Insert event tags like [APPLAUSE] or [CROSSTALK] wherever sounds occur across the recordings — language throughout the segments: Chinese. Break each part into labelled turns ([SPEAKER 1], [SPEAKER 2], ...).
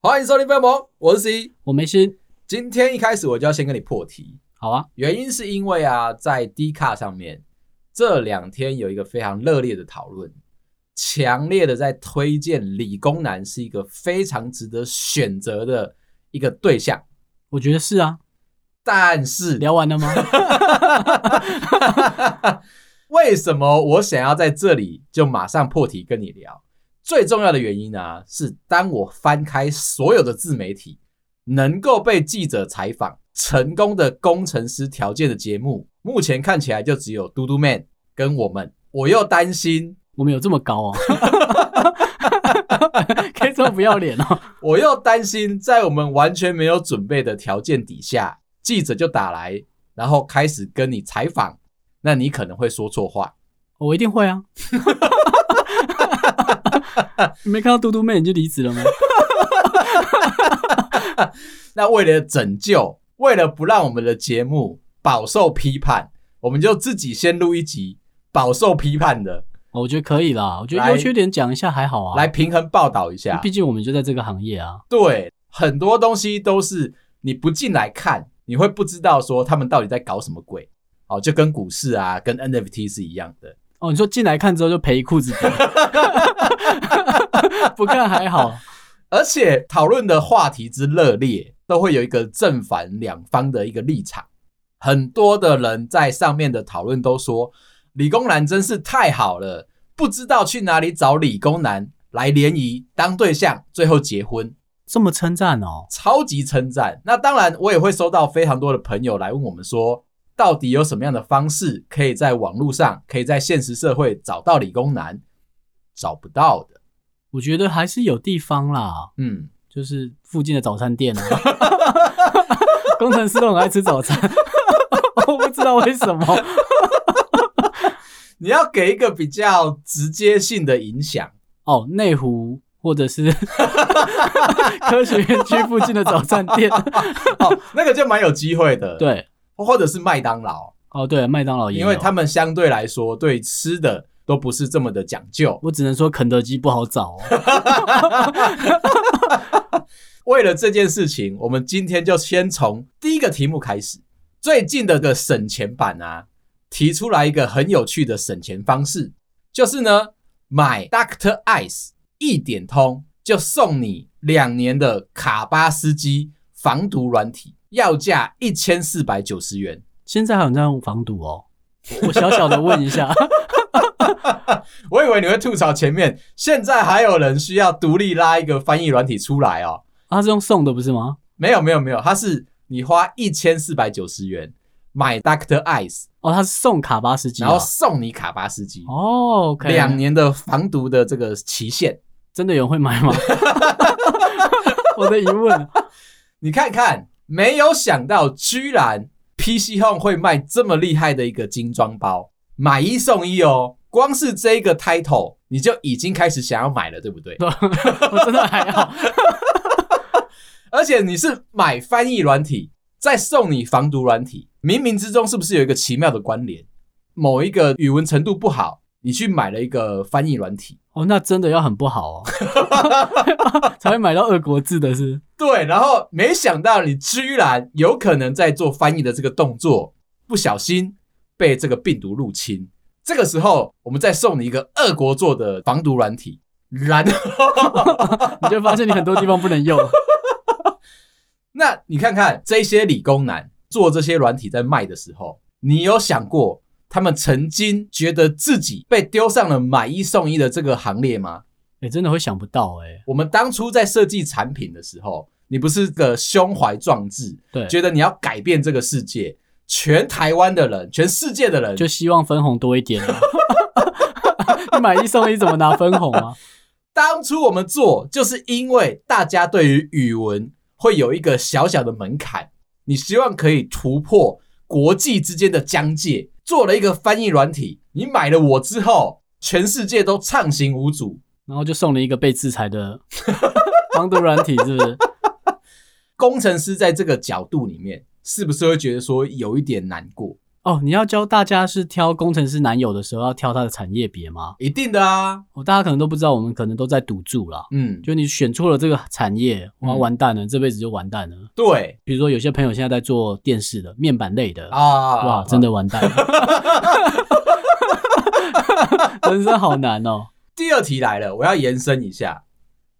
[SPEAKER 1] 欢迎收听《飞萌》，我是 C。
[SPEAKER 2] 我没心，
[SPEAKER 1] 今天一开始我就要先跟你破题，
[SPEAKER 2] 好啊，
[SPEAKER 1] 原因是因为啊，在 D 卡上面这两天有一个非常热烈的讨论，强烈的在推荐理工男是一个非常值得选择的一个对象，
[SPEAKER 2] 我觉得是啊。
[SPEAKER 1] 但是
[SPEAKER 2] 聊完了吗？ [LAUGHS]
[SPEAKER 1] [LAUGHS] 为什么我想要在这里就马上破题跟你聊？最重要的原因呢、啊是当我翻开所有的自媒体，能够被记者采访成功的工程师条件的节目，目前看起来就只有嘟嘟 man 跟我们。我又担心，
[SPEAKER 2] 我们有这么高哦？ [LAUGHS] 可以这么不要脸哦？
[SPEAKER 1] 我又担心，在我们完全没有准备的条件底下，记者就打来，然后开始跟你采访，那你可能会说错话。
[SPEAKER 2] 我一定会啊！ [LAUGHS] 你没看到嘟嘟妹你就离职了吗？
[SPEAKER 1] 那为了拯救，为了不让我们的节目饱受批判，我们就自己先录一集饱受批判的，
[SPEAKER 2] 哦我觉得可以啦，我觉得
[SPEAKER 1] 来
[SPEAKER 2] 优缺点讲一下还好啊。
[SPEAKER 1] 来，平衡报道一下
[SPEAKER 2] 毕。竟我们就在这个行业啊。
[SPEAKER 1] 对，很多东西都是你不进来看，你会不知道说他们到底在搞什么鬼。哦，就跟股市啊，跟 NFT 是一样的。
[SPEAKER 2] 哦，你说进来看之后就赔一裤子的， [LAUGHS] 不看还好。
[SPEAKER 1] 而且讨论的话题之热烈，都会有一个正反两方的一个立场。很多的人在上面的讨论都说，理工男真是太好了，不知道去哪里找理工男来联谊当对象，最后结婚，
[SPEAKER 2] 这么称赞哦？
[SPEAKER 1] 超级称赞。那当然，我也会收到非常多的朋友来问我们说，到底有什么样的方式可以在网络上，可以在现实社会找到理工男？找不到的，
[SPEAKER 2] 我觉得还是有地方啦，
[SPEAKER 1] 嗯，
[SPEAKER 2] 就是附近的早餐店啊。 [LAUGHS] 工程师都很爱吃早餐， [LAUGHS] 我不知道为什么。
[SPEAKER 1] 你要给一个比较直接性的影
[SPEAKER 2] [LAUGHS]
[SPEAKER 1] 响。
[SPEAKER 2] 哦，内湖或者是 [LAUGHS] 科学园区附近的早餐
[SPEAKER 1] [LAUGHS]
[SPEAKER 2] 店，
[SPEAKER 1] 哦，那个就蛮有机会的。，
[SPEAKER 2] 对，
[SPEAKER 1] 或者是麦当劳，
[SPEAKER 2] 哦对，麦当劳也有
[SPEAKER 1] 因为他们相对来说对吃的都不是这么的讲究。
[SPEAKER 2] 我只能说肯德基不好找、哦。
[SPEAKER 1] 为了这件事情，我们今天就先从第一个题目开始。最近的个省钱版啊，提出来一个很有趣的省钱方式，就是呢，买 Doctor Ice 一点通就送你两年的卡巴斯基防毒软体，要价一千四百九十元。
[SPEAKER 2] 现在还有人在用防毒哦，我我小小的问一下， [LAUGHS] 啊
[SPEAKER 1] 我以为你会吐槽前面，现在还有人需要独立拉一个翻译软体出来哦。
[SPEAKER 2] 他是用送的不是吗？
[SPEAKER 1] 没有没有没有，它是你花一千四百九十元买 Doctor Ice，
[SPEAKER 2] 哦，他是送卡巴斯基、
[SPEAKER 1] 然
[SPEAKER 2] 啊
[SPEAKER 1] 后。送你卡巴斯基
[SPEAKER 2] 哦，OK，
[SPEAKER 1] 两年的防毒的这个期限。
[SPEAKER 2] 真的有人会买吗？ [LAUGHS] 我的疑问，
[SPEAKER 1] 你看看，没有想到，居然 PC Home 会卖这么厉害的一个精装包，买一送一哦。光是这一个 title，你就已经开始想要买了，对不对？
[SPEAKER 2] 哦我真的还好。
[SPEAKER 1] 而且你是买翻译软体，再送你防毒软体，冥冥之中是不是有一个奇妙的关联？某一个语文程度不好，你去买了一个翻译软体，
[SPEAKER 2] 哦，那真的要很不好
[SPEAKER 1] [LAUGHS]
[SPEAKER 2] 哦， [LAUGHS] 才会买到俄国字的是。
[SPEAKER 1] 对，然后没想到你居然有可能在做翻译的这个动作，不小心被这个病毒入侵。这个时候，我们再送你一个俄国做的防毒软体，然
[SPEAKER 2] 你就发现你很多地方不能用。 [LAUGHS]
[SPEAKER 1] 那你看看这些理工男做这些软体在卖的时候，你有想过他们曾经觉得自己被丢上了买一送一的这个行列吗？
[SPEAKER 2] 哎、真的会想不到哎、
[SPEAKER 1] 我们当初在设计产品的时候，你不是个胸怀壮志，
[SPEAKER 2] 对，就
[SPEAKER 1] 觉得你要改变这个世界，全台湾的人，全世界的人，
[SPEAKER 2] 就希望分红多一点、啊。 [LAUGHS] 你买一送一怎么拿分红啊？
[SPEAKER 1] 当初我们做，就是因为大家对于语文会有一个小小的门槛，你希望可以突破国际之间的疆界，做了一个翻译软体。你买了我之后，全世界都畅行无阻。 [LAUGHS]
[SPEAKER 2] 然后就送了一个被制裁的防毒软体，是不是？
[SPEAKER 1] 工程师在这个角度里面，是不是会觉得说有一点难过？
[SPEAKER 2] 哦，你要教大家是挑工程师男友的时候要挑他的产业别吗？
[SPEAKER 1] 一定的啊，
[SPEAKER 2] 哦，大家可能都不知道，我们可能都在赌注啦。
[SPEAKER 1] 嗯，
[SPEAKER 2] 就你选错了这个产业，哇，
[SPEAKER 1] 嗯
[SPEAKER 2] 完蛋了，这辈子就完蛋了。
[SPEAKER 1] 对
[SPEAKER 2] 比如说有些朋友现在在做电视的面板类的，
[SPEAKER 1] 啊，
[SPEAKER 2] 哇，真的完蛋
[SPEAKER 1] [LAUGHS]
[SPEAKER 2] 了，人生好难哦。
[SPEAKER 1] 第二题来了，我要延伸一下。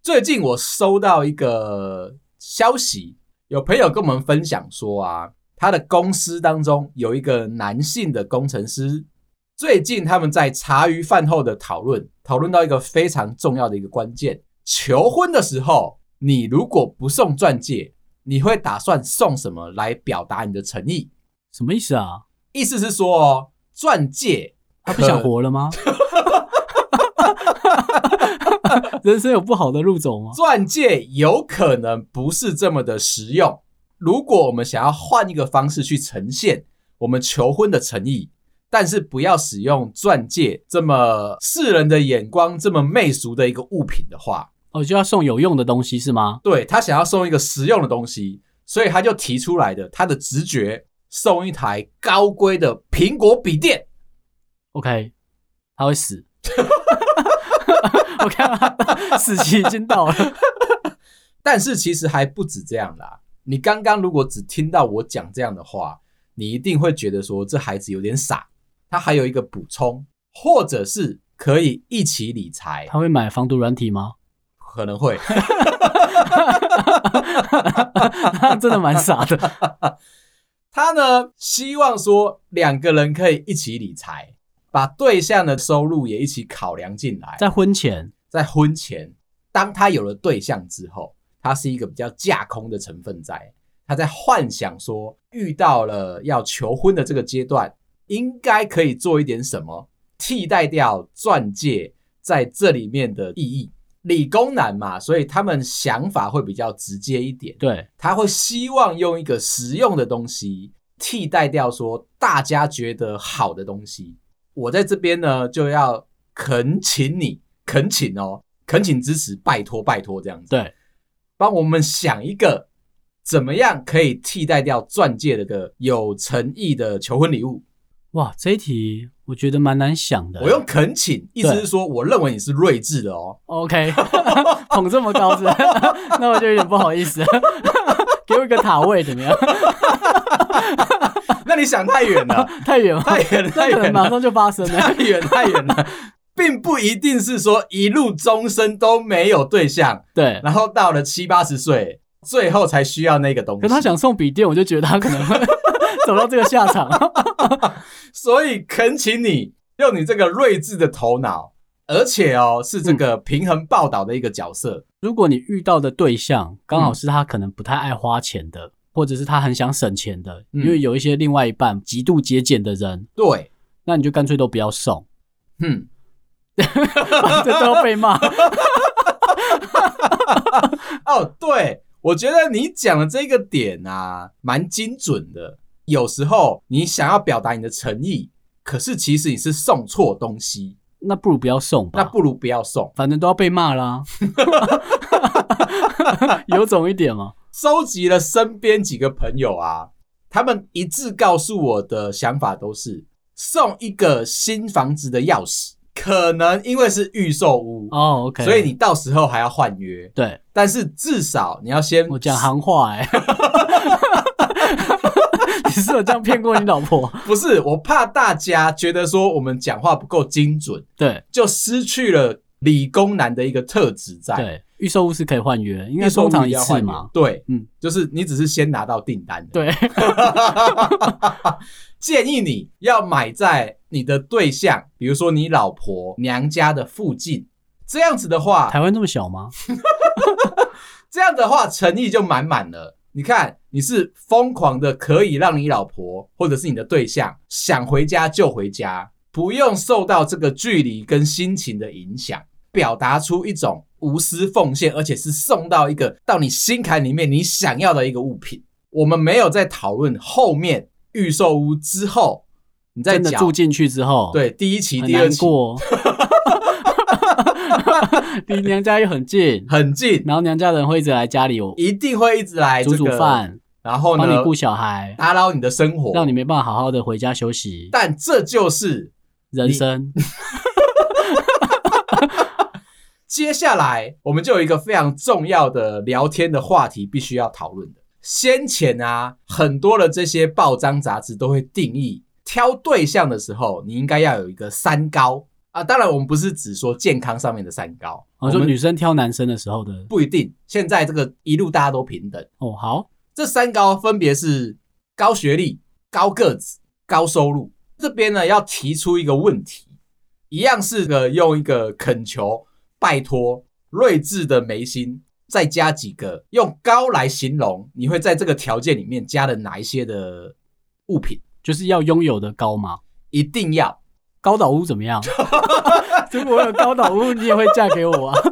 [SPEAKER 1] 最近我收到一个消息，有朋友跟我们分享说啊，他的公司当中有一个男性的工程师，最近他们在茶余饭后的讨论，讨论到一个非常重要的一个关键：求婚的时候，你如果不送钻戒，你会打算送什么来表达你的诚意？
[SPEAKER 2] 什么意思啊？
[SPEAKER 1] 意思是说哦，钻戒
[SPEAKER 2] 他不想活了
[SPEAKER 1] [LAUGHS]
[SPEAKER 2] 吗？人生有不好的路走吗？
[SPEAKER 1] 钻戒有可能不是这么的实用。如果我们想要换一个方式去呈现我们求婚的诚意，但是不要使用钻戒这么世人的眼光、这么媚俗的一个物品的话，
[SPEAKER 2] 哦，就要送有用的东西是吗？
[SPEAKER 1] 对他想要送一个实用的东西，所以他就提出来的他的直觉送一台高规的苹果笔电。
[SPEAKER 2] OK，他
[SPEAKER 1] [LAUGHS]
[SPEAKER 2] 会死。我看他死期已经到了。
[SPEAKER 1] 但是其实还不止这样啦。你刚刚如果只听到我讲这样的话，你一定会觉得说这孩子有点傻。他还有一个补充，或者是可以一起理财，
[SPEAKER 2] 他会买防毒软体吗？ [LAUGHS]
[SPEAKER 1] 可能会。
[SPEAKER 2] 他真的蛮傻的。
[SPEAKER 1] 他呢希望说两个人可以一起理财，把对象的收入也一起考量进来。
[SPEAKER 2] 在婚前，
[SPEAKER 1] 在婚前，当他有了对象之后，他是一个比较架空的成分在，他在幻想说遇到了要求婚的这个阶段，应该可以做一点什么，替代掉钻戒在这里面的意义。理工男嘛，所以他们想法会比较直接一点，
[SPEAKER 2] 对，
[SPEAKER 1] 他会希望用一个实用的东西替代掉说大家觉得好的东西。我在这边呢，就要恳请你，恳请哦，恳请支持，拜托拜托这样子。
[SPEAKER 2] 对，
[SPEAKER 1] 帮我们想一个怎么样可以替代掉钻戒的个有诚意的求婚礼物。
[SPEAKER 2] 哇，这一题我觉得蛮难想的。
[SPEAKER 1] 我用恳请，意思
[SPEAKER 2] 对
[SPEAKER 1] 是说我认为你是睿智的哦。 [LAUGHS]
[SPEAKER 2] OK，捧 [LAUGHS] 这么高是吧， [LAUGHS] 那我就有点不好意思。 [LAUGHS] 给我一个塔位怎么样？ [LAUGHS]
[SPEAKER 1] 那你想太远
[SPEAKER 2] [LAUGHS]
[SPEAKER 1] 了，
[SPEAKER 2] 太远了，
[SPEAKER 1] 太远了，太
[SPEAKER 2] 那可能
[SPEAKER 1] 远
[SPEAKER 2] 马
[SPEAKER 1] 了，
[SPEAKER 2] 上就发生 [LAUGHS] 了。
[SPEAKER 1] 太远太远了，并不一定是说一路终身都没有对象，
[SPEAKER 2] 对，
[SPEAKER 1] 然后到了七八十岁，最后才需要那个东西。
[SPEAKER 2] 可他想送笔电，我就觉得他可能 [LAUGHS] 会走到这个下场。
[SPEAKER 1] 所以恳请你用你这个睿智的头脑，而且哦是这个平衡报道的一个角色，
[SPEAKER 2] [LAUGHS] 如果你遇到的对象刚好是他可能不太爱花钱的，或者是他很想省钱的，
[SPEAKER 1] 嗯
[SPEAKER 2] 因为有一些另外一半极度节俭的人，
[SPEAKER 1] 对，
[SPEAKER 2] 那你就干脆都不要 [LAUGHS] 送，
[SPEAKER 1] 嗯，
[SPEAKER 2] 这都要被骂。
[SPEAKER 1] 哦，对，我觉得你讲的这个点啊，蛮精准的。有时候你想要表达你的诚意，可是其实你是送错东西，
[SPEAKER 2] [LAUGHS] 那不如不要送吧，
[SPEAKER 1] 那不如不要送。
[SPEAKER 2] 反正都要被骂 [LAUGHS] 啦。有种一点嘛，
[SPEAKER 1] 收集了身边几个朋友啊，他们一致告诉我的想法都是送一个新房子的钥匙，可能因为是预售屋，
[SPEAKER 2] 哦，OK、o k
[SPEAKER 1] 所以你到时候还要换约，
[SPEAKER 2] 对
[SPEAKER 1] 但是至少你要先
[SPEAKER 2] 我讲行话哎、 [LAUGHS] 你是有这样骗过你老
[SPEAKER 1] [LAUGHS]
[SPEAKER 2] 婆？
[SPEAKER 1] 不是我怕大家觉得说我们讲话不够精准，
[SPEAKER 2] 对
[SPEAKER 1] 就失去了理工男的一个特质在。，
[SPEAKER 2] 对，预售屋是可以换约，应
[SPEAKER 1] 因
[SPEAKER 2] 该
[SPEAKER 1] 为
[SPEAKER 2] 通常一
[SPEAKER 1] 要
[SPEAKER 2] 次
[SPEAKER 1] 换
[SPEAKER 2] 嘛
[SPEAKER 1] 约。。对，嗯
[SPEAKER 2] 嗯，
[SPEAKER 1] 就是你只是先拿到订单。，
[SPEAKER 2] 对，
[SPEAKER 1] [LAUGHS] 建议你要买在你的对象，比如说你老婆娘家的附近。这样子的话，
[SPEAKER 2] 台湾这么小吗？
[SPEAKER 1] 这样的话诚意就满满了。你看，你是疯狂的，可以让你老婆或者是你的对象想回家就回家，不用受到这个距离跟心情的影响，表达出一种无私奉献，而且是送到一个到你心坎里面你想要的一个物品。我们没有在讨论后面预售屋之后，你再
[SPEAKER 2] 真的
[SPEAKER 1] 讲
[SPEAKER 2] 住进去之后，，
[SPEAKER 1] 对第一期、
[SPEAKER 2] 哦很 [LAUGHS]
[SPEAKER 1] 第二
[SPEAKER 2] 难
[SPEAKER 1] 期，
[SPEAKER 2] 过。离娘家又很近，
[SPEAKER 1] 很近，
[SPEAKER 2] 然后娘家人会一直来家里我
[SPEAKER 1] 一定会一直哎来、这
[SPEAKER 2] 煮
[SPEAKER 1] 个、
[SPEAKER 2] 煮，饭，
[SPEAKER 1] 然后呢
[SPEAKER 2] 帮你顾小孩，
[SPEAKER 1] 打扰你的生活，
[SPEAKER 2] 让你没办法好好的回家休息。
[SPEAKER 1] 但这就是
[SPEAKER 2] 人生
[SPEAKER 1] 接下来我们就有一个非常重要的聊天的话题必须要讨论的。先前啊，很多的这些报章杂志都会定义挑对象的时候，你应该要有一个三高啊。当然，我们不是只说健康上面的三高，
[SPEAKER 2] 我
[SPEAKER 1] 我
[SPEAKER 2] 说
[SPEAKER 1] 们
[SPEAKER 2] 女生挑男生的时候的
[SPEAKER 1] 不一定。现在这个一路大家都平等，
[SPEAKER 2] 哦，好，
[SPEAKER 1] 这三高分别是高学历、高个子、高收入。这边呢要提出一个问题，一样是个用一个恳求、拜托、睿智的眉心，再加几个用高来形容，你会在这个条件里面加了哪一些的物品？
[SPEAKER 2] 就是要拥有的高嘛。
[SPEAKER 1] 一定要
[SPEAKER 2] 高岛屋怎么样？ [LAUGHS] 如果我有高岛屋，你也会嫁给我啊？，
[SPEAKER 1] [LAUGHS]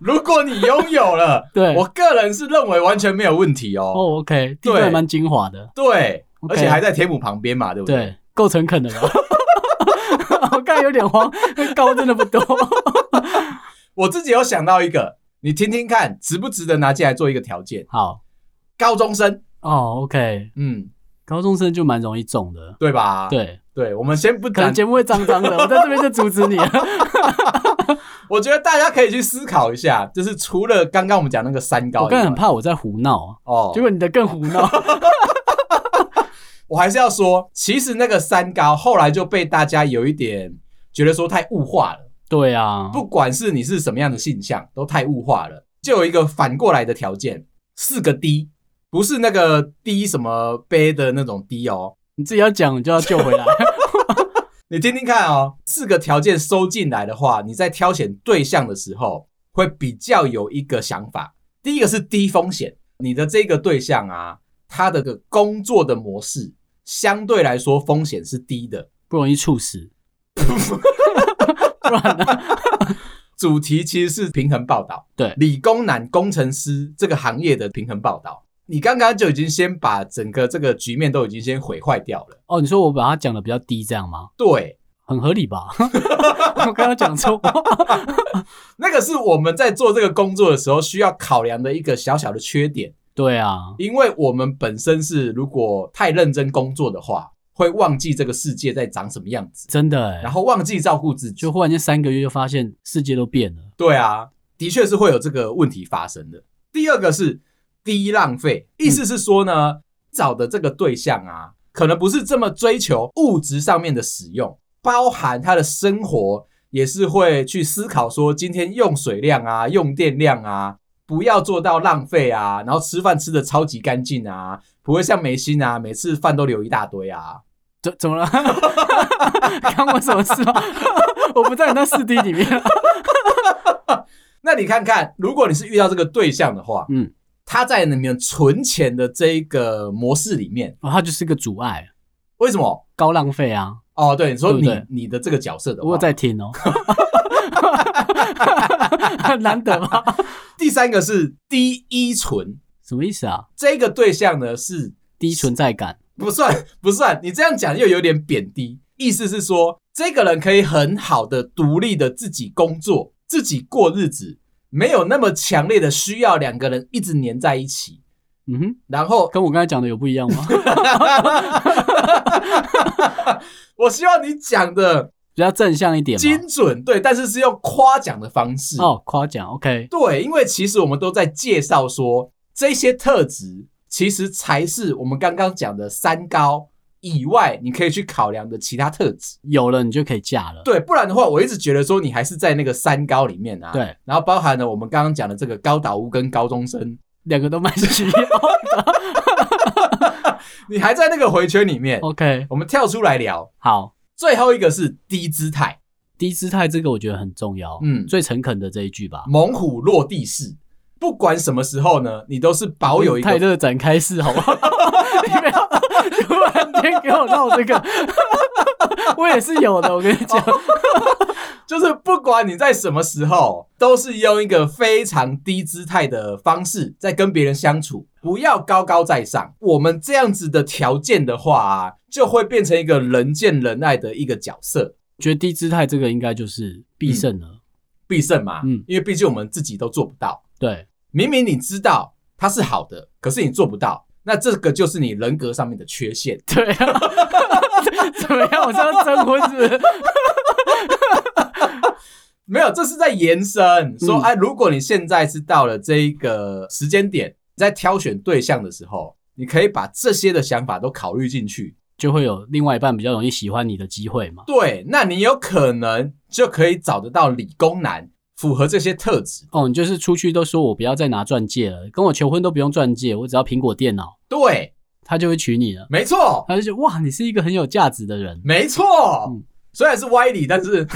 [SPEAKER 1] 如果你拥有了
[SPEAKER 2] [LAUGHS] 对
[SPEAKER 1] 我个人是认为完全没有问题哦。
[SPEAKER 2] 哦，OK，地
[SPEAKER 1] 对
[SPEAKER 2] 段蛮精华的，
[SPEAKER 1] 对
[SPEAKER 2] OK
[SPEAKER 1] 而且还在天母旁边嘛，对不对？
[SPEAKER 2] 对，够诚恳的吧？啊 [LAUGHS] 我刚才有点慌，高真的不多。
[SPEAKER 1] [LAUGHS] 我自己有想到一个，你听听看，值不值得拿进来做一个条件？
[SPEAKER 2] 好，
[SPEAKER 1] 高中生，
[SPEAKER 2] 哦，OK，
[SPEAKER 1] 嗯，
[SPEAKER 2] 高中生就蛮容易中的。
[SPEAKER 1] 对吧？，
[SPEAKER 2] 对，
[SPEAKER 1] 对，我们先不
[SPEAKER 2] 可能
[SPEAKER 1] 讲，
[SPEAKER 2] 节目会脏脏的，我在这边就阻止你
[SPEAKER 1] [LAUGHS]
[SPEAKER 2] 啊了。
[SPEAKER 1] 我觉得大家可以去思考一下，就是除了刚刚我们讲那个三高以外，
[SPEAKER 2] 我刚才很怕我在胡闹啊，
[SPEAKER 1] 哦，
[SPEAKER 2] 结果你的更胡
[SPEAKER 1] [LAUGHS]
[SPEAKER 2] 闹。
[SPEAKER 1] 我还是要说，其实那个三高后来就被大家有一点觉得说太物化了，
[SPEAKER 2] 对啊，
[SPEAKER 1] 不管是你是什么样的性向，都太物化了。就有一个反过来的条件，四个 D，不是那个 D 什么杯的那种 D 哦，
[SPEAKER 2] 你自己要讲，你就要救回
[SPEAKER 1] [LAUGHS]
[SPEAKER 2] 来。
[SPEAKER 1] 你听听看哦，四个条件收进来的话，你在挑选对象的时候会比较有一个想法。第一个是低风险，你的这个对象啊，他的个工作的模式相对来说风险是低的。
[SPEAKER 2] 不容易猝死。
[SPEAKER 1] 主题其实是平衡报道，
[SPEAKER 2] 对
[SPEAKER 1] 理工男、工程师这个行业的平衡报道。你刚刚就已经先把整个这个局面都已经先毁坏掉了，
[SPEAKER 2] 哦，你说我把它讲的比较低，这样吗？
[SPEAKER 1] 对，
[SPEAKER 2] 很合
[SPEAKER 1] [LAUGHS]
[SPEAKER 2] 理吧？我刚刚讲错，
[SPEAKER 1] 那个是我们在做这个工作的时候需要考量的一个小小的缺点。
[SPEAKER 2] 对啊，
[SPEAKER 1] 因为我们本身是如果太认真工作的话，会忘记这个世界在长什么样子，
[SPEAKER 2] 真的哎
[SPEAKER 1] 然，后忘记照顾自己
[SPEAKER 2] 就。忽然间三个月就发现世界都变了。
[SPEAKER 1] 对啊，的确是会有这个问题发生的。第二个是低浪费，意思是说呢，找的这个对象啊，可能不是这么追求物质上面的使用，包含他的生活也是会去思考说，今天用水量啊、用电量啊，不要做到浪费啊，然后吃饭吃的超级干净啊，不会像梅心啊，每次饭都留一大堆啊。
[SPEAKER 2] 怎怎么了？ [LAUGHS] 关我什么事啊？ [LAUGHS] 我不在你那四 D 里面。
[SPEAKER 1] 那你看看，如果你是遇到这个对象的话，
[SPEAKER 2] 嗯，
[SPEAKER 1] 他在你们存钱的这一个模式里面，
[SPEAKER 2] 哦，它就是个阻碍，
[SPEAKER 1] 为什么？
[SPEAKER 2] 高浪费啊！
[SPEAKER 1] 哦，对，你说
[SPEAKER 2] 对
[SPEAKER 1] 你
[SPEAKER 2] 不对
[SPEAKER 1] 你的这个角色的
[SPEAKER 2] 我有
[SPEAKER 1] 话，
[SPEAKER 2] 在听哦， [LAUGHS] 难得吧？
[SPEAKER 1] 第三个是低依存，
[SPEAKER 2] 什么意思啊？
[SPEAKER 1] 这个对象呢是
[SPEAKER 2] 低存在感
[SPEAKER 1] 不算 [LAUGHS] 不算，你这样讲又有点贬低，意思是说这个人可以很好的独立的自己工作，自己过日子，没有那么强烈的需要两个人一直黏在一起，
[SPEAKER 2] 嗯哼，
[SPEAKER 1] 然后
[SPEAKER 2] 跟我刚才讲的有不一样吗？ [LAUGHS]
[SPEAKER 1] [LAUGHS] 我希望你讲的
[SPEAKER 2] 比较正向一点嘛。
[SPEAKER 1] 精准，对，但是是用夸奖的方式。
[SPEAKER 2] 哦，夸奖，OK，
[SPEAKER 1] 对，因为其实我们都在介绍说这些特质，其实才是我们刚刚讲的三高以外，你可以去考量的其他特质。
[SPEAKER 2] 有了你就可以嫁了。
[SPEAKER 1] 对，不然的话，我一直觉得说你还是在那个三高里面啊。
[SPEAKER 2] 对，
[SPEAKER 1] 然后包含了我们刚刚讲的这个高岛屋跟高中生，
[SPEAKER 2] 两个都蛮需要。
[SPEAKER 1] 你还在那个回圈里面。
[SPEAKER 2] OK，
[SPEAKER 1] 我们跳出来聊，
[SPEAKER 2] 好，
[SPEAKER 1] 最后一个是低姿态，
[SPEAKER 2] 低姿态这个我觉得很重要，
[SPEAKER 1] 嗯
[SPEAKER 2] 最诚恳的这一句吧。
[SPEAKER 1] 猛虎落地式。不管什么时候呢，你都是保有一
[SPEAKER 2] 嗯太
[SPEAKER 1] 个
[SPEAKER 2] 热展开式，好不 [LAUGHS] 好？你不要突然间给我闹这个， [LAUGHS] 我也是有的，我跟你讲，
[SPEAKER 1] 就是不管你在什么时候，都是用一个非常低姿态的方式在跟别人相处，不要高高在上。我们这样子的条件的话、啊，就会变成一个人见人爱的一个角色。
[SPEAKER 2] 觉得低姿态这个应该就是必胜了。
[SPEAKER 1] 必胜嘛，
[SPEAKER 2] 嗯
[SPEAKER 1] 因为毕竟我们自己都做不到。
[SPEAKER 2] 对，
[SPEAKER 1] 明明你知道它是好的，可是你做不到，那这个就是你人格上面的缺陷。
[SPEAKER 2] 对啊， [LAUGHS] 怎么样？我是要征婚是不是？
[SPEAKER 1] 没有，这是在延伸说，
[SPEAKER 2] 嗯
[SPEAKER 1] 哎、如果你现在是到了这一个时间点，你在挑选对象的时候，你可以把这些的想法都考虑进去。
[SPEAKER 2] 就会有另外一半比较容易喜欢你的机会嘛？
[SPEAKER 1] 对，那你有可能就可以找得到理工男符合这些特质。
[SPEAKER 2] 哦，你就是出去都说我不要再拿钻戒了，跟我求婚都不用钻戒，我只要苹果电脑，
[SPEAKER 1] 对，他
[SPEAKER 2] 他就会娶你了。
[SPEAKER 1] 没错，
[SPEAKER 2] 他就觉得哇，你是一个很有价值的人。
[SPEAKER 1] 没错，
[SPEAKER 2] 嗯
[SPEAKER 1] 虽然是歪理，但是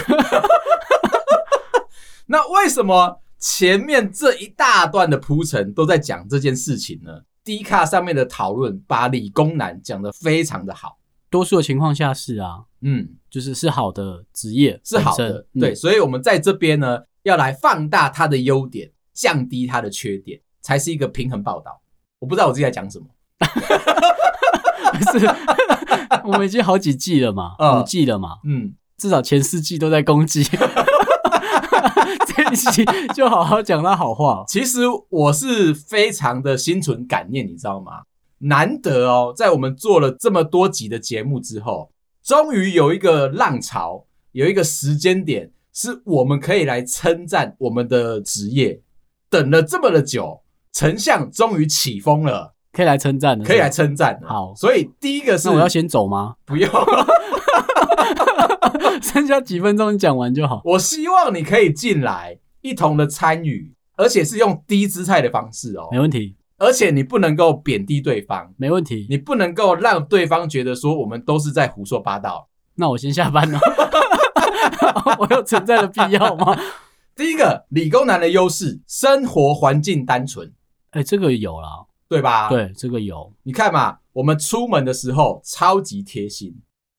[SPEAKER 1] [LAUGHS] 那为什么前面这一大段的铺陈都在讲这件事情呢？D 卡上面的讨论把理工男讲得非常的好，
[SPEAKER 2] 多数的情况下是啊，
[SPEAKER 1] 嗯，
[SPEAKER 2] 就是是好的职业
[SPEAKER 1] 是好
[SPEAKER 2] 本身
[SPEAKER 1] 的，
[SPEAKER 2] 嗯
[SPEAKER 1] 对，所以我们在这边呢要来放大他的优点，降低他的缺点，才是一个平衡报道。我不知道我自己在讲什么，
[SPEAKER 2] 是， [LAUGHS] 我们已经好几季了嘛，
[SPEAKER 1] 嗯
[SPEAKER 2] 五季了嘛，
[SPEAKER 1] 嗯，
[SPEAKER 2] 至少前四季都在攻击。 [LAUGHS] 这一期就好好讲他好话。
[SPEAKER 1] 其实我是非常的心存感念，你知道吗？难得哦，在我们做了这么多集的节目之后，终于有一个浪潮，有一个时间点，是我们可以来称赞我们的职业。等了这么的久，丞相终于起风了，
[SPEAKER 2] 可以来称赞的，
[SPEAKER 1] 可以来。称赞了。
[SPEAKER 2] 好
[SPEAKER 1] 所以第一个是
[SPEAKER 2] 那我要先走吗？
[SPEAKER 1] 不用，
[SPEAKER 2] [LAUGHS] 剩下几分钟你讲完就好。
[SPEAKER 1] 我希望你可以进来一同的参与，而且是用低姿态的方式哦，
[SPEAKER 2] 没问题，
[SPEAKER 1] 而且你不能够贬低对方。
[SPEAKER 2] 没问题。
[SPEAKER 1] 你不能够让对方觉得说我们都是在胡说八道。
[SPEAKER 2] 那我先下班了。 [LAUGHS] 我有存在的必要吗？
[SPEAKER 1] 第一个，理工男的优势，生活环境单纯，
[SPEAKER 2] 哎、这个有啦，
[SPEAKER 1] 对吧？，
[SPEAKER 2] 对，这个有，
[SPEAKER 1] 你看嘛，我们出门的时候超级贴心，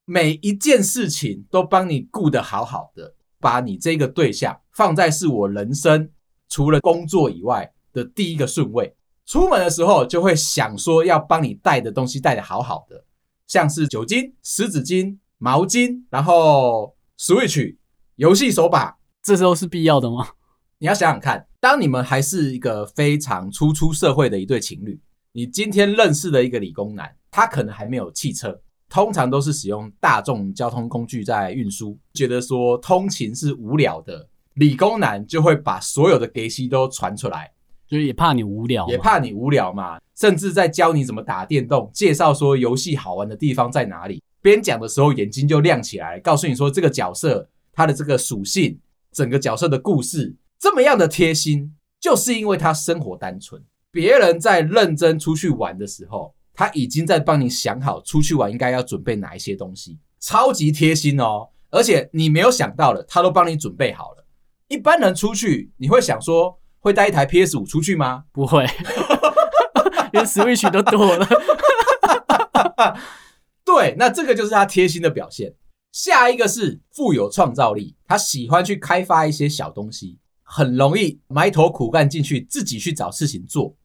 [SPEAKER 1] 每一件事情都帮你顾得好好的，把你这个对象放在是我人生除了工作以外的第一个顺位。出门的时候就会想说要帮你带的东西带得好好的，像是酒精、湿纸巾、毛巾，然后 Switch 游戏手把，
[SPEAKER 2] 这时候是必要的吗？
[SPEAKER 1] 你要想想看，当你们还是一个非常初出社会的一对情侣，你今天认识了一个理工男，他可能还没有汽车，通常都是使用大众交通工具在运输，觉得说通勤是无聊的，理工男就会把所有的给息都传出来，
[SPEAKER 2] 就是也怕你无聊嘛，
[SPEAKER 1] 也怕你无聊嘛，甚至在教你怎么打电动，介绍说游戏好玩的地方在哪里。边讲的时候眼睛就亮起来，告诉你说这个角色他的这个属性，整个角色的故事，这么样的贴心，就是因为他生活单纯。别人在认真出去玩的时候，他已经在帮你想好出去玩应该要准备哪一些东西，超级贴心哦。而且你没有想到的，他都帮你准备好了。一般人出去，你会想说会带一台 PS 五出去吗？
[SPEAKER 2] 不会， [LAUGHS] 连 Switch 都多了。
[SPEAKER 1] 对，那这个就是他贴心的表现。下一个是富有创造力，他喜欢去开发一些小东西，很容易埋头苦干进去，自己去找事情做，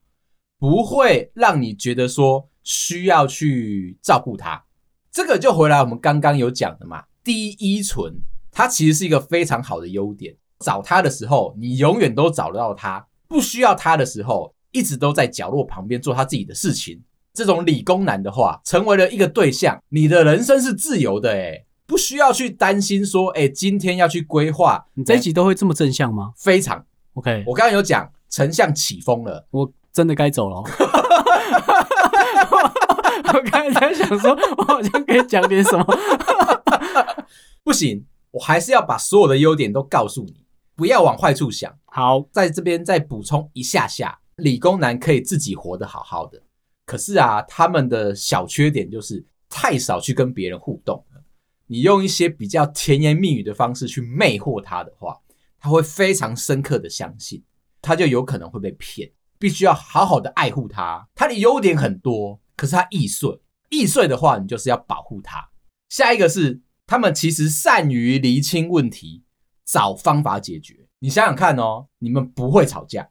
[SPEAKER 1] 不会让你觉得说需要去照顾他。这个就回来我们刚刚有讲的嘛，第一纯，它其实是一个非常好的优点。找他的时候，你永远都找得到他；不需要他的时候，一直都在角落旁边做他自己的事情。这种理工男的话，成为了一个对象，你的人生是自由的，诶，不需要去担心说，诶，今天要去规划。
[SPEAKER 2] 你这一集都会这么正向吗
[SPEAKER 1] 非常，
[SPEAKER 2] ？OK，
[SPEAKER 1] 我刚刚有讲，丞相起风了，
[SPEAKER 2] 我真的该走了哦。 [LAUGHS] 我刚才在想说，我好像可以讲点什么。
[SPEAKER 1] 不行，我还是要把所有的优点都告诉你，不要往坏处想。
[SPEAKER 2] 好，
[SPEAKER 1] 在这边再补充一下下，理工男可以自己活得好好的，可是啊，他们的小缺点就是太少去跟别人互动了。你用一些比较甜言蜜语的方式去魅惑他的话，他会非常深刻的相信，他就有可能会被骗。必须要好好的爱护他，他的优点很多，可是他易碎，易碎的话，你就是要保护他。下一个是他们其实善于厘清问题，找方法解决。你想想看哦，你们不会吵架，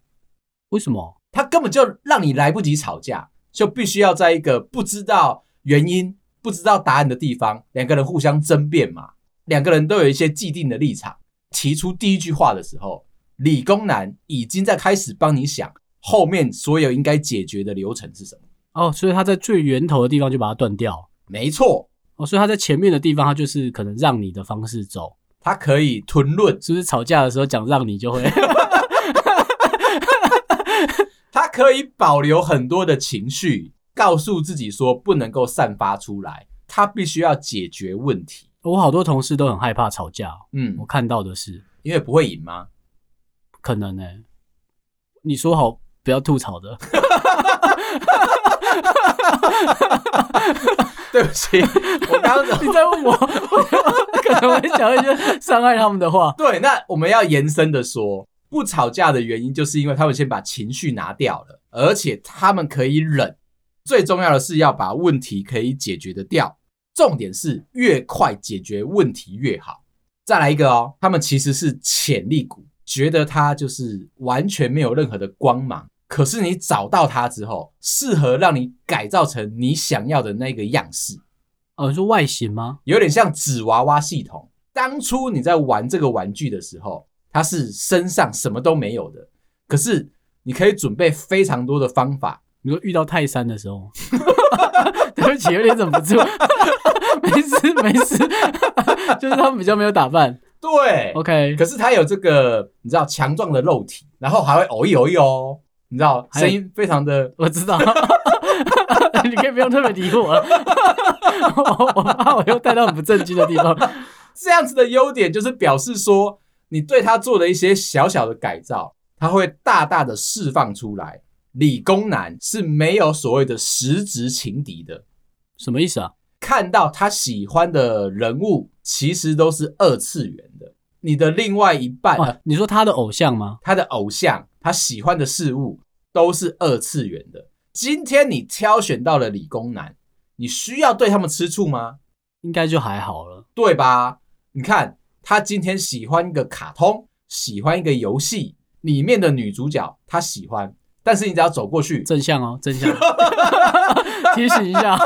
[SPEAKER 2] 为什么？
[SPEAKER 1] 他根本就让你来不及吵架，就必须要在一个不知道原因、不知道答案的地方，两个人互相争辩嘛。两个人都有一些既定的立场。提出第一句话的时候，理工男已经在开始帮你想后面所有应该解决的流程是什么。
[SPEAKER 2] 哦，所以他在最源头的地方就把它断掉。
[SPEAKER 1] 没错，
[SPEAKER 2] 哦，所以他在前面的地方，他就是可能让你的方式走，
[SPEAKER 1] 他可以吞论，
[SPEAKER 2] 是不是？吵架的时候讲让你就会 [LAUGHS]
[SPEAKER 1] 他可以保留很多的情绪，告诉自己说不能够散发出来，他必须要解决问题。
[SPEAKER 2] 我好多同事都很害怕吵架，
[SPEAKER 1] 嗯
[SPEAKER 2] 我，看到的是
[SPEAKER 1] 因为不会赢吗？
[SPEAKER 2] 可能呢、你说好不要吐槽的， [LAUGHS]
[SPEAKER 1] 对不起，我刚刚。
[SPEAKER 2] 你在问我， [LAUGHS] 我可能会讲一些伤害他们的话
[SPEAKER 1] 对，那我们要延伸的说，不吵架的原因就是因为他们先把情绪拿掉了，而且他们可以忍。最重要的是要把问题可以解决的掉，重点是越快解决问题越好。再来一个哦，他们其实是潜力股，觉得他就是完全没有任何的光芒，可是你找到他之后，适合让你改造成你想要的那个样式。
[SPEAKER 2] 哦，你说外形吗？
[SPEAKER 1] 有点像纸娃娃系统。当初你在玩这个玩具的时候，它是身上什么都没有的，可是你可以准备非常多的方法。
[SPEAKER 2] 你说遇到泰山的时候吗， [LAUGHS] 对不起，有点忍不住。 [LAUGHS] 没事没事，就是他们比较没有打扮。
[SPEAKER 1] 对
[SPEAKER 2] OK，
[SPEAKER 1] 可是它有这个你知道强壮的肉体，然后还会偶一偶一哦，你知道
[SPEAKER 2] 还有
[SPEAKER 1] 声音非常的
[SPEAKER 2] 我知道， [LAUGHS] 你可以不用特别理我了。我我怕我又带到很不正经的地方。
[SPEAKER 1] 这样子的优点，就是表示说你对它做了一些小小的改造，它会大大的释放出来。理工男是没有所谓的实质情敌的，
[SPEAKER 2] 什么意思啊？
[SPEAKER 1] 看到他喜欢的人物，其实都是二次元的。你的另外一半，
[SPEAKER 2] 哇，你说他的偶像吗？
[SPEAKER 1] 他的偶像，他喜欢的事物都是二次元的。今天你挑选到了理工男，你需要对他们吃醋吗？
[SPEAKER 2] 应该就还好了。
[SPEAKER 1] 对吧？你看，他今天喜欢一个卡通，喜欢一个游戏里面的女主角，他喜欢，但是你只要走过去，
[SPEAKER 2] 正向哦，正向。提醒一下，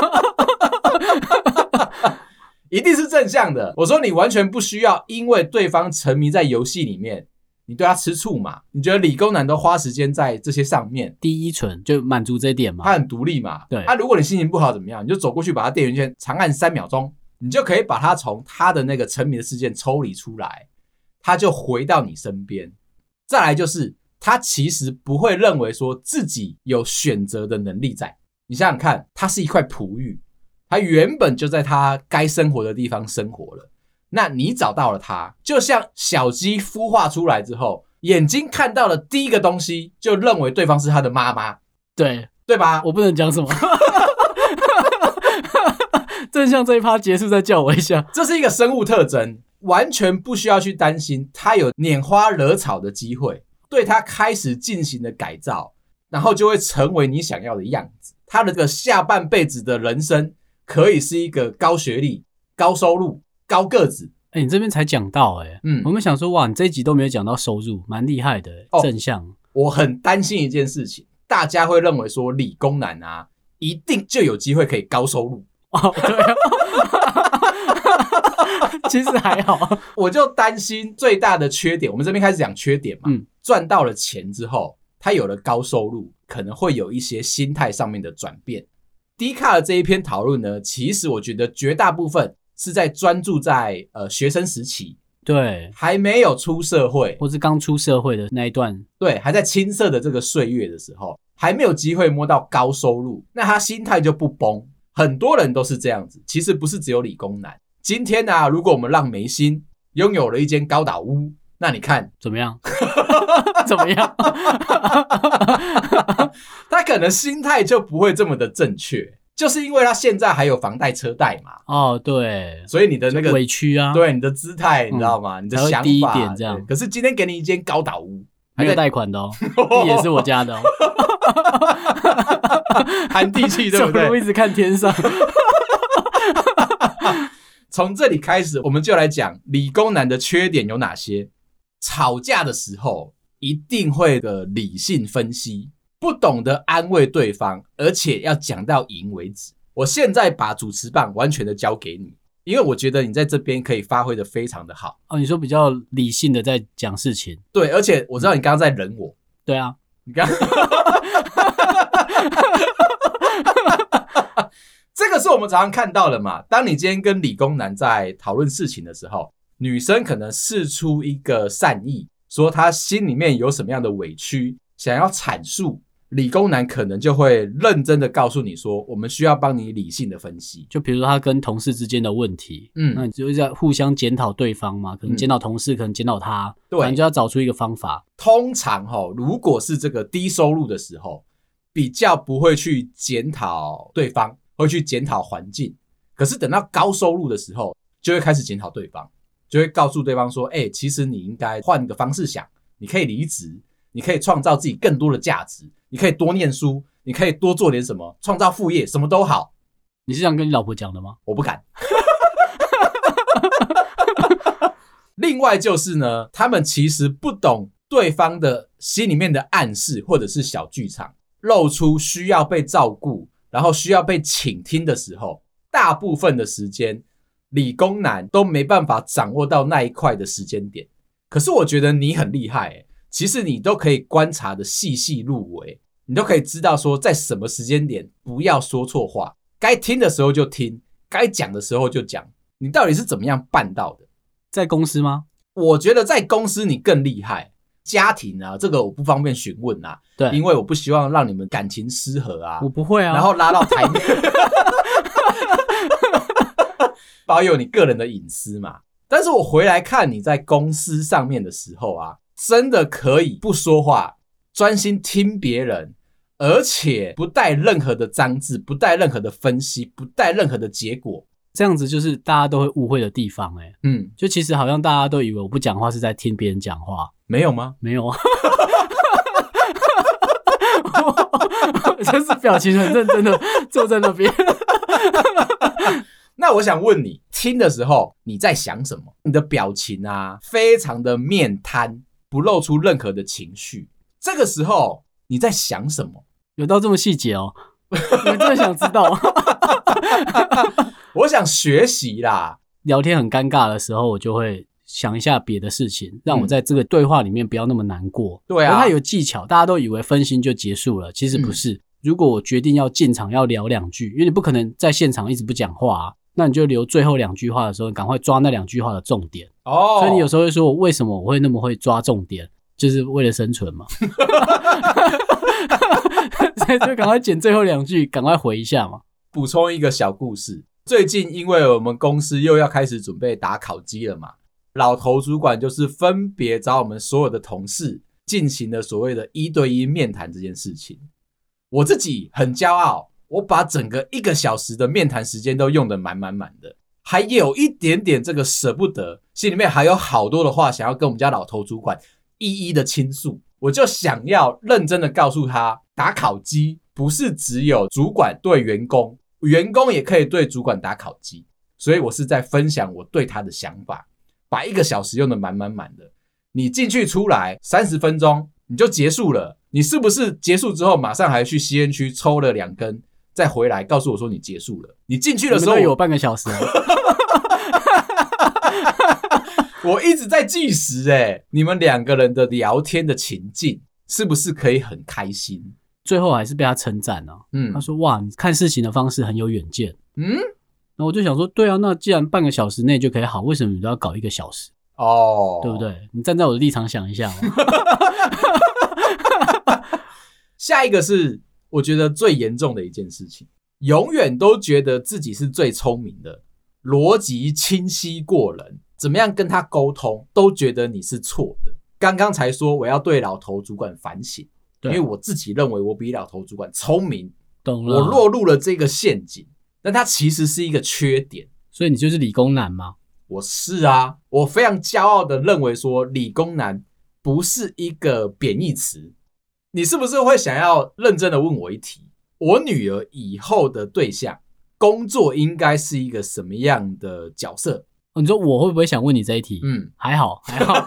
[SPEAKER 1] 一定是正向的。我说你完全不需要，因为对方沉迷在游戏里面，你对他吃醋嘛？你觉得理工男都花时间在这些上面，
[SPEAKER 2] 第一纯就满足这一点
[SPEAKER 1] 他
[SPEAKER 2] 嘛。
[SPEAKER 1] 很独立嘛？
[SPEAKER 2] 对
[SPEAKER 1] 啊，如果你心情不好怎么样，你就走过去把他电源键长按三秒钟，你就可以把他从他的那个沉迷的事件抽离出来，他就回到你身边。再来就是他其实不会认为说自己有选择的能力在。你想想看，他是一块璞玉，他原本就在他该生活的地方生活了。那你找到了它，就像小鸡孵化出来之后，眼睛看到了第一个东西，就认为对方是他的妈妈，
[SPEAKER 2] 对
[SPEAKER 1] 对吧？
[SPEAKER 2] 我不能讲什么。 [LAUGHS] 正向这一趴结束再叫我一下。
[SPEAKER 1] 这是一个生物特征，完全不需要去担心它有拈花惹草的机会。对它开始进行的改造，然后就会成为你想要的样子。他的这个下半辈子的人生可以是一个高学历、高收入、高个子。
[SPEAKER 2] 哎、你这边才讲到哎、
[SPEAKER 1] 嗯
[SPEAKER 2] 我们想说哇，你这一集都没有讲到收入，蛮厉害的、
[SPEAKER 1] 哦
[SPEAKER 2] 正向。
[SPEAKER 1] 我很担心一件事情，大家会认为说理工男啊，一定就有机会可以高收入。
[SPEAKER 2] 哦，对啊， [LAUGHS] 其实还好。
[SPEAKER 1] 我就担心最大的缺点，我们这边开始讲缺点嘛，
[SPEAKER 2] 嗯
[SPEAKER 1] 赚到了钱之后，他有了高收入，可能会有一些心态上面的转变。低卡的这一篇讨论呢，其实我觉得绝大部分是在专注在呃学生时期，
[SPEAKER 2] 对，
[SPEAKER 1] 还没有出社会，
[SPEAKER 2] 或是刚出社会的那一段，
[SPEAKER 1] 对，还在青涩的这个岁月的时候，还没有机会摸到高收入，那他心态就不崩。很多人都是这样子，其实不是只有理工男。今天呢、如果我们让梅心拥有了一间高岛屋，那你看
[SPEAKER 2] 怎么样？ [LAUGHS] 怎么样？
[SPEAKER 1] 他可能心态就不会这么的正确，就是因为他现在还有房贷车贷嘛，
[SPEAKER 2] 哦，对，
[SPEAKER 1] 所以你的那个
[SPEAKER 2] 委屈啊，，
[SPEAKER 1] 对你的姿态，你知道吗？你的
[SPEAKER 2] 嗯才会
[SPEAKER 1] 想法
[SPEAKER 2] 低一点这样
[SPEAKER 1] 对可是今天给你一间高岛屋， [LAUGHS]
[SPEAKER 2] 没有贷款的哦，地也是我家的哦，
[SPEAKER 1] 含地
[SPEAKER 2] [LAUGHS]
[SPEAKER 1] 气， [LAUGHS] 对
[SPEAKER 2] 走
[SPEAKER 1] 不
[SPEAKER 2] 路
[SPEAKER 1] 对？
[SPEAKER 2] 一直看天上。
[SPEAKER 1] 从这里开始，我们就来讲理工男的缺点有哪些。吵架的时候一定会的理性分析，不懂得安慰对方，而且要讲到赢为止。我现在把主持棒完全的交给你，因为我觉得你在这边可以发挥的非常的好。
[SPEAKER 2] 哦，你说比较理性的在讲事情，
[SPEAKER 1] 对，而且我知道你刚刚在忍我，
[SPEAKER 2] 对啊，
[SPEAKER 1] 你刚，这个是我们常常看到的嘛。当你今天跟理工男在讨论事情的时候，女生可能试出一个善意，说她心里面有什么样的委屈，想要阐述。理工男可能就会认真的告诉你说，我们需要帮你理性的分析。
[SPEAKER 2] 就比如说他跟同事之间的问题，
[SPEAKER 1] 嗯
[SPEAKER 2] 那你就在互相检讨对方嘛，可能
[SPEAKER 1] 嗯
[SPEAKER 2] 检讨同事，可能检讨他，
[SPEAKER 1] 对
[SPEAKER 2] 反正就要找出一个方法。
[SPEAKER 1] 通常哈、如果是这个低收入的时候，比较不会去检讨对方，会去检讨环境。可是等到高收入的时候，就会开始检讨对方，就会告诉对方说：“哎、其实你应该换个方式想，你可以离职，你可以创造自己更多的价值，你可以多念书，你可以多做点什么，创造副业，什么都好。
[SPEAKER 2] 你是这样跟你老婆讲的吗？”
[SPEAKER 1] 我不敢。 [LAUGHS] 另外就是呢，他们其实不懂对方的心里面的暗示，或者是小剧场，露出需要被照顾，然后需要被倾听的时候，大部分的时间，理工男都没办法掌握到那一块的时间点。可是我觉得你很厉害、欸，其实你都可以观察的细细入微，你都可以知道说在什么时间点不要说错话，该听的时候就听，该讲的时候就讲。你到底是怎么样办到的？
[SPEAKER 2] 在公司吗？
[SPEAKER 1] 我觉得在公司你更厉害，家庭啊，这个我不方便询问啊，
[SPEAKER 2] 对，
[SPEAKER 1] 因为我不希望让你们感情失和啊
[SPEAKER 2] 我，不会啊。
[SPEAKER 1] 然后拉到台面， [LAUGHS] 保有你个人的隐私嘛。但是我回来看你在公司上面的时候啊，真的可以不说话，专心听别人，而且不带任何的脏字，不带任何的分析，不带任何的结果。
[SPEAKER 2] 这样子就是大家都会误会的地方、欸，哎，
[SPEAKER 1] 嗯，
[SPEAKER 2] 就其实好像大家都以为我不讲话是在听别人讲话，
[SPEAKER 1] 没有吗？
[SPEAKER 2] 没有 [LAUGHS] 啊。我就是表情很认真的坐在那边，
[SPEAKER 1] 那我想问你，听的时候你在想什么？你的表情啊，非常的面瘫，不露出任何的情绪。这个时候你在想什么？
[SPEAKER 2] 有到这么细节哦？ [LAUGHS] 你们真的想知道？
[SPEAKER 1] 我想学习啦。
[SPEAKER 2] 聊天很尴尬的时候，我就会想一下别的事情，让我在这个对话里面不要那么难过。
[SPEAKER 1] 嗯对啊嗯
[SPEAKER 2] 可是它有技巧，大家都以为分心就结束了，其实不是。如果我决定要进场要聊两句，因为你不可能在现场一直不讲话、啊，那你就留最后两句话的时候，赶快抓那两句话的重点。
[SPEAKER 1] 哦，
[SPEAKER 2] 所以你有时候会说，我为什么我会那么会抓重点，就是为了生存嘛。所以就赶快剪最后两句，赶快回一下嘛。
[SPEAKER 1] 补充一个小故事。最近因为我们公司又要开始准备打烤鸡了嘛，老头主管就是分别找我们所有的同事进行了所谓的一对一面谈这件事情。我自己很骄傲，我把整个一个小时的面谈时间都用得满满满的，还有一点点这个舍不得，心里面还有好多的话想要跟我们家老头主管一一的倾诉。我就想要认真的告诉他，打烤鸡不是只有主管对员工，员工也可以对主管打烤鸡。所以我是在分享我对他的想法，把一个小时用的满满满的。你进去出来三十分钟你就结束了，你是不是结束之后马上还去吸烟区抽了两根，再回来告诉我说你结束了？你进去的
[SPEAKER 2] 你们
[SPEAKER 1] 时候
[SPEAKER 2] 都
[SPEAKER 1] 我
[SPEAKER 2] 有半个小时啊、
[SPEAKER 1] 我一直在计时哎、你们两个人的聊天的情境是不是可以很开心？
[SPEAKER 2] 最后还是被他称赞啊了、
[SPEAKER 1] 嗯
[SPEAKER 2] 他说：“哇，你看事情的方式很有远见。
[SPEAKER 1] 嗯，”
[SPEAKER 2] 然后我就想说：“对啊，那既然半个小时内就可以好，为什么你都要搞一个小时？
[SPEAKER 1] 哦，
[SPEAKER 2] 对不？对？你站在我的立场想一下嘛。
[SPEAKER 1] 下一个是我觉得最严重的一件事情，永远都觉得自己是最聪明的，逻辑清晰过人，怎么样跟他沟通都觉得你是错的。刚刚才说我要对老头主管反省，因
[SPEAKER 2] 对
[SPEAKER 1] 为我自己认为我比老头主管聪明，
[SPEAKER 2] 懂了。
[SPEAKER 1] 我落入了这个陷阱，但它其实是一个缺点。
[SPEAKER 2] 所以你就是理工男嘛？
[SPEAKER 1] 我是啊，我非常骄傲的认为说理工男不是一个贬义词。你是不是会想要认真的问我一题？我女儿以后的对象工作应该是一个什么样的角色？
[SPEAKER 2] 哦，你说我会不会想问你这一题？
[SPEAKER 1] 嗯，
[SPEAKER 2] 还好，
[SPEAKER 1] [LAUGHS]
[SPEAKER 2] 还好。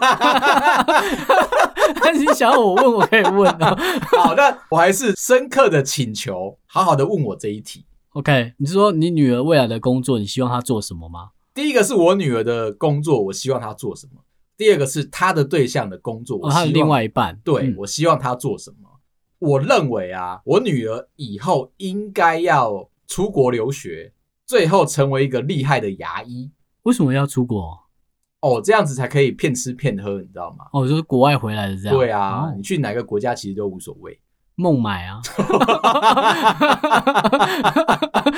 [SPEAKER 2] 但是你想要我问，我可以问啊。
[SPEAKER 1] 好，那我还是深刻的请求，好好的问我这一题。
[SPEAKER 2] OK，你是说你女儿未来的工作，你希望她做什么吗？
[SPEAKER 1] 第一个是我女儿的工作，我希望她做什么；第二个是她的对象的工作，我
[SPEAKER 2] 哦，他的
[SPEAKER 1] 希
[SPEAKER 2] 另
[SPEAKER 1] 望
[SPEAKER 2] 外一半，
[SPEAKER 1] 对、
[SPEAKER 2] 嗯
[SPEAKER 1] 我希望她做什么。我认为啊，我女儿以后应该要出国留学，最后成为一个厉害的牙医
[SPEAKER 2] 为什么要出国？
[SPEAKER 1] 哦，这样子才可以骗吃骗喝，你知道吗？
[SPEAKER 2] 哦，就是国外回来的这样。
[SPEAKER 1] 对啊，
[SPEAKER 2] 哦
[SPEAKER 1] 你去哪个国家其实都无所谓。
[SPEAKER 2] 孟买啊， [LAUGHS]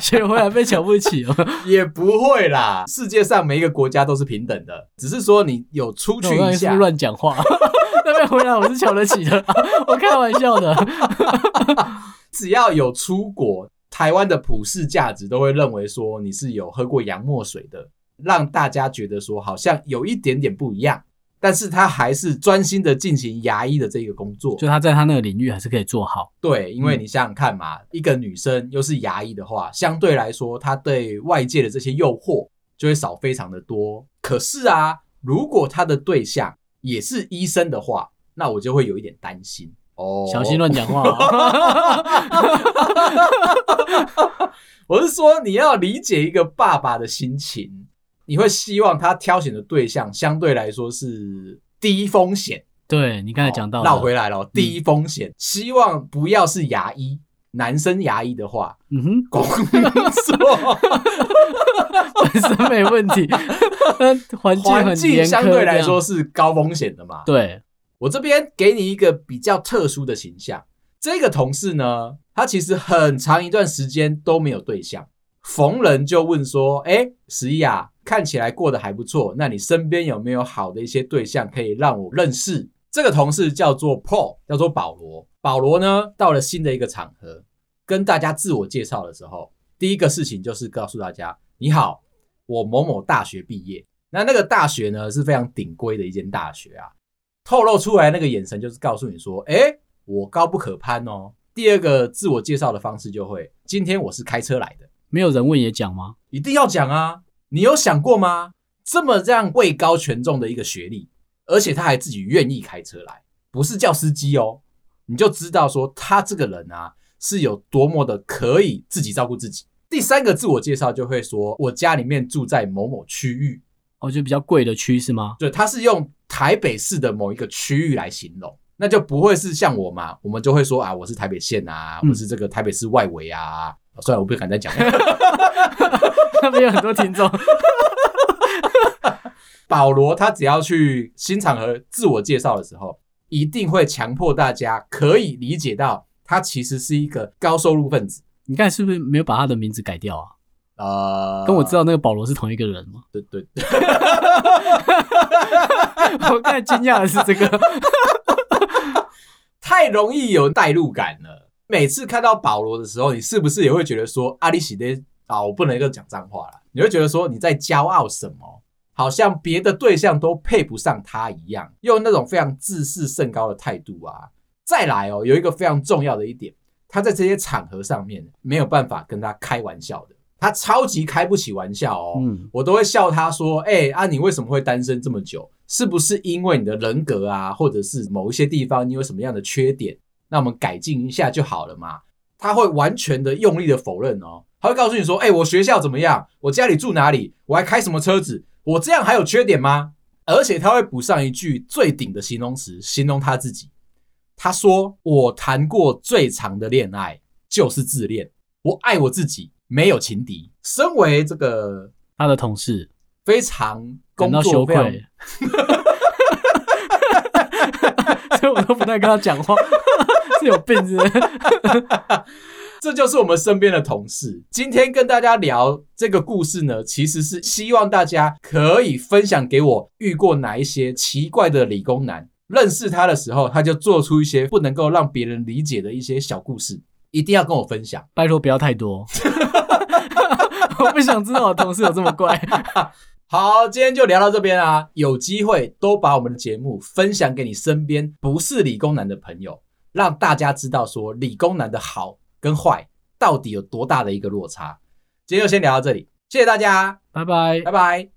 [SPEAKER 2] 学回来被瞧不起哦。
[SPEAKER 1] 也不会啦，世界上每一个国家都是平等的，只是说你有出去
[SPEAKER 2] 我刚才
[SPEAKER 1] 一
[SPEAKER 2] 是不
[SPEAKER 1] 下
[SPEAKER 2] 是，乱讲话， [LAUGHS] 那边回来我是瞧得起的，我开玩笑的。
[SPEAKER 1] 只要有出国，台湾的普世价值都会认为说你是有喝过洋墨水的，让大家觉得说好像有一点点不一样，但是他还是专心的进行牙医的这个工作
[SPEAKER 2] 就。嗯他在他那个领域还是可以做好，
[SPEAKER 1] 对，因为你想想看嘛，一个女生又是牙医的话，相对来说，她对外界的这些诱惑就会少非常的多。可是啊，如果她的对象也是医生的话，那我就会有一点担心哦。
[SPEAKER 2] 小心乱讲话、哦。
[SPEAKER 1] [LAUGHS] 我是说，你要理解一个爸爸的心情，你会希望他挑选的对象相对来说是低风险。
[SPEAKER 2] 对你刚才讲到
[SPEAKER 1] 绕
[SPEAKER 2] 了，
[SPEAKER 1] 哦回来了，低风险，希望不要是牙医，男生牙医的话，
[SPEAKER 2] 嗯哼，
[SPEAKER 1] 工作
[SPEAKER 2] 本身没问题， [LAUGHS] 但环境
[SPEAKER 1] 环
[SPEAKER 2] [LAUGHS] 很
[SPEAKER 1] 境
[SPEAKER 2] 严苛，
[SPEAKER 1] 相对来说，是高风险的嘛。
[SPEAKER 2] 对，
[SPEAKER 1] 我这边给你一个比较特殊的形象，这个同事呢，他其实很长一段时间都没有对象，逢人就问说：“哎、十一啊，看起来过得还不错，那你身边有没有好的一些对象可以让我认识？”这个同事叫做 Paul，叫做保罗。保罗呢，到了新的一个场合，跟大家自我介绍的时候，第一个事情就是告诉大家：“你好，我某某大学毕业。”那那个大学呢是非常顶规的一间大学啊，透露出来那个眼神就是告诉你说，哎、我高不可攀哦。第二个自我介绍的方式就会，今天我是开车来的，
[SPEAKER 2] 没有人问也讲吗？
[SPEAKER 1] 一定要讲啊！你有想过吗？这么这样位高权重的一个学历，而且他还自己愿意开车来，不是叫司机哦，你就知道说他这个人啊是有多么的可以自己照顾自己。第三个自我介绍就会说，我家里面住在某某区域，
[SPEAKER 2] 哦，就比较贵的区是吗？ [LAUGHS]
[SPEAKER 1] 对，它是用台北市的某一个区域来形容，那就不会是像我嘛，我们就会说啊，我是台北县啊，
[SPEAKER 2] 嗯
[SPEAKER 1] 我是这个台北市外围啊。虽然我不敢再讲，
[SPEAKER 2] 那边有很多听众，
[SPEAKER 1] [LAUGHS] 保罗他只要去新场合自我介绍的时候，一定会强迫大家可以理解到他其实是一个高收入分子。
[SPEAKER 2] 你刚才是不是没有把他的名字改掉啊？
[SPEAKER 1] 呃，
[SPEAKER 2] 跟我知，道那个保罗是同一个人吗？
[SPEAKER 1] 对对对，
[SPEAKER 2] [LAUGHS] 我刚才惊讶的是这个，
[SPEAKER 1] 太容易有代入感了。每次看到保罗的时候，你是不是也会觉得说阿里喜的啊，我不能够讲脏话了，你会觉得说你在骄傲什么？好像别的对象都配不上他一样，用那种非常自视甚高的态度啊。再来哦，有一个非常重要的一点，他在这些场合上面没有办法跟他开玩笑哦的，他超级开不起玩笑哦。
[SPEAKER 2] 嗯，
[SPEAKER 1] 我都会笑他说：“哎、啊，你为什么会单身这么久？是不是因为你的人格啊，或者是某一些地方你有什么样的缺点？那我们改进一下就好了嘛。”他会完全的用力的否认哦，他会告诉你说：“哎、我学校怎么样？我家里住哪里？我还开什么车子？我这样还有缺点吗？”而且他会补上一句最顶的形容词，形容他自己。他说：“我谈过最长的恋爱就是自恋，我爱我自己，没有情敌。”身为这个
[SPEAKER 2] 他的同事
[SPEAKER 1] 非常
[SPEAKER 2] 感
[SPEAKER 1] 工
[SPEAKER 2] 到羞
[SPEAKER 1] 作非常
[SPEAKER 2] 愧， [LAUGHS] 所以我都不太跟他讲话， [LAUGHS] 是有病是不是？
[SPEAKER 1] 这就是我们身边的同事。今天跟大家聊这个故事呢，其实是希望大家可以分享给我遇过哪一些奇怪的理工男，认识他的时候，他就做出一些不能够让别人理解的一些小故事，一定要跟我分享。
[SPEAKER 2] 拜托不要太多， [LAUGHS] 我不想知道我同事有这么怪。
[SPEAKER 1] 好，今天就聊到这边啊！有机会都把我们的节目分享给你身边不是理工男的朋友，让大家知道说理工男的好跟坏到底有多大的一个落差。今天就先聊到这里，谢谢大家，
[SPEAKER 2] 拜拜
[SPEAKER 1] 拜。拜。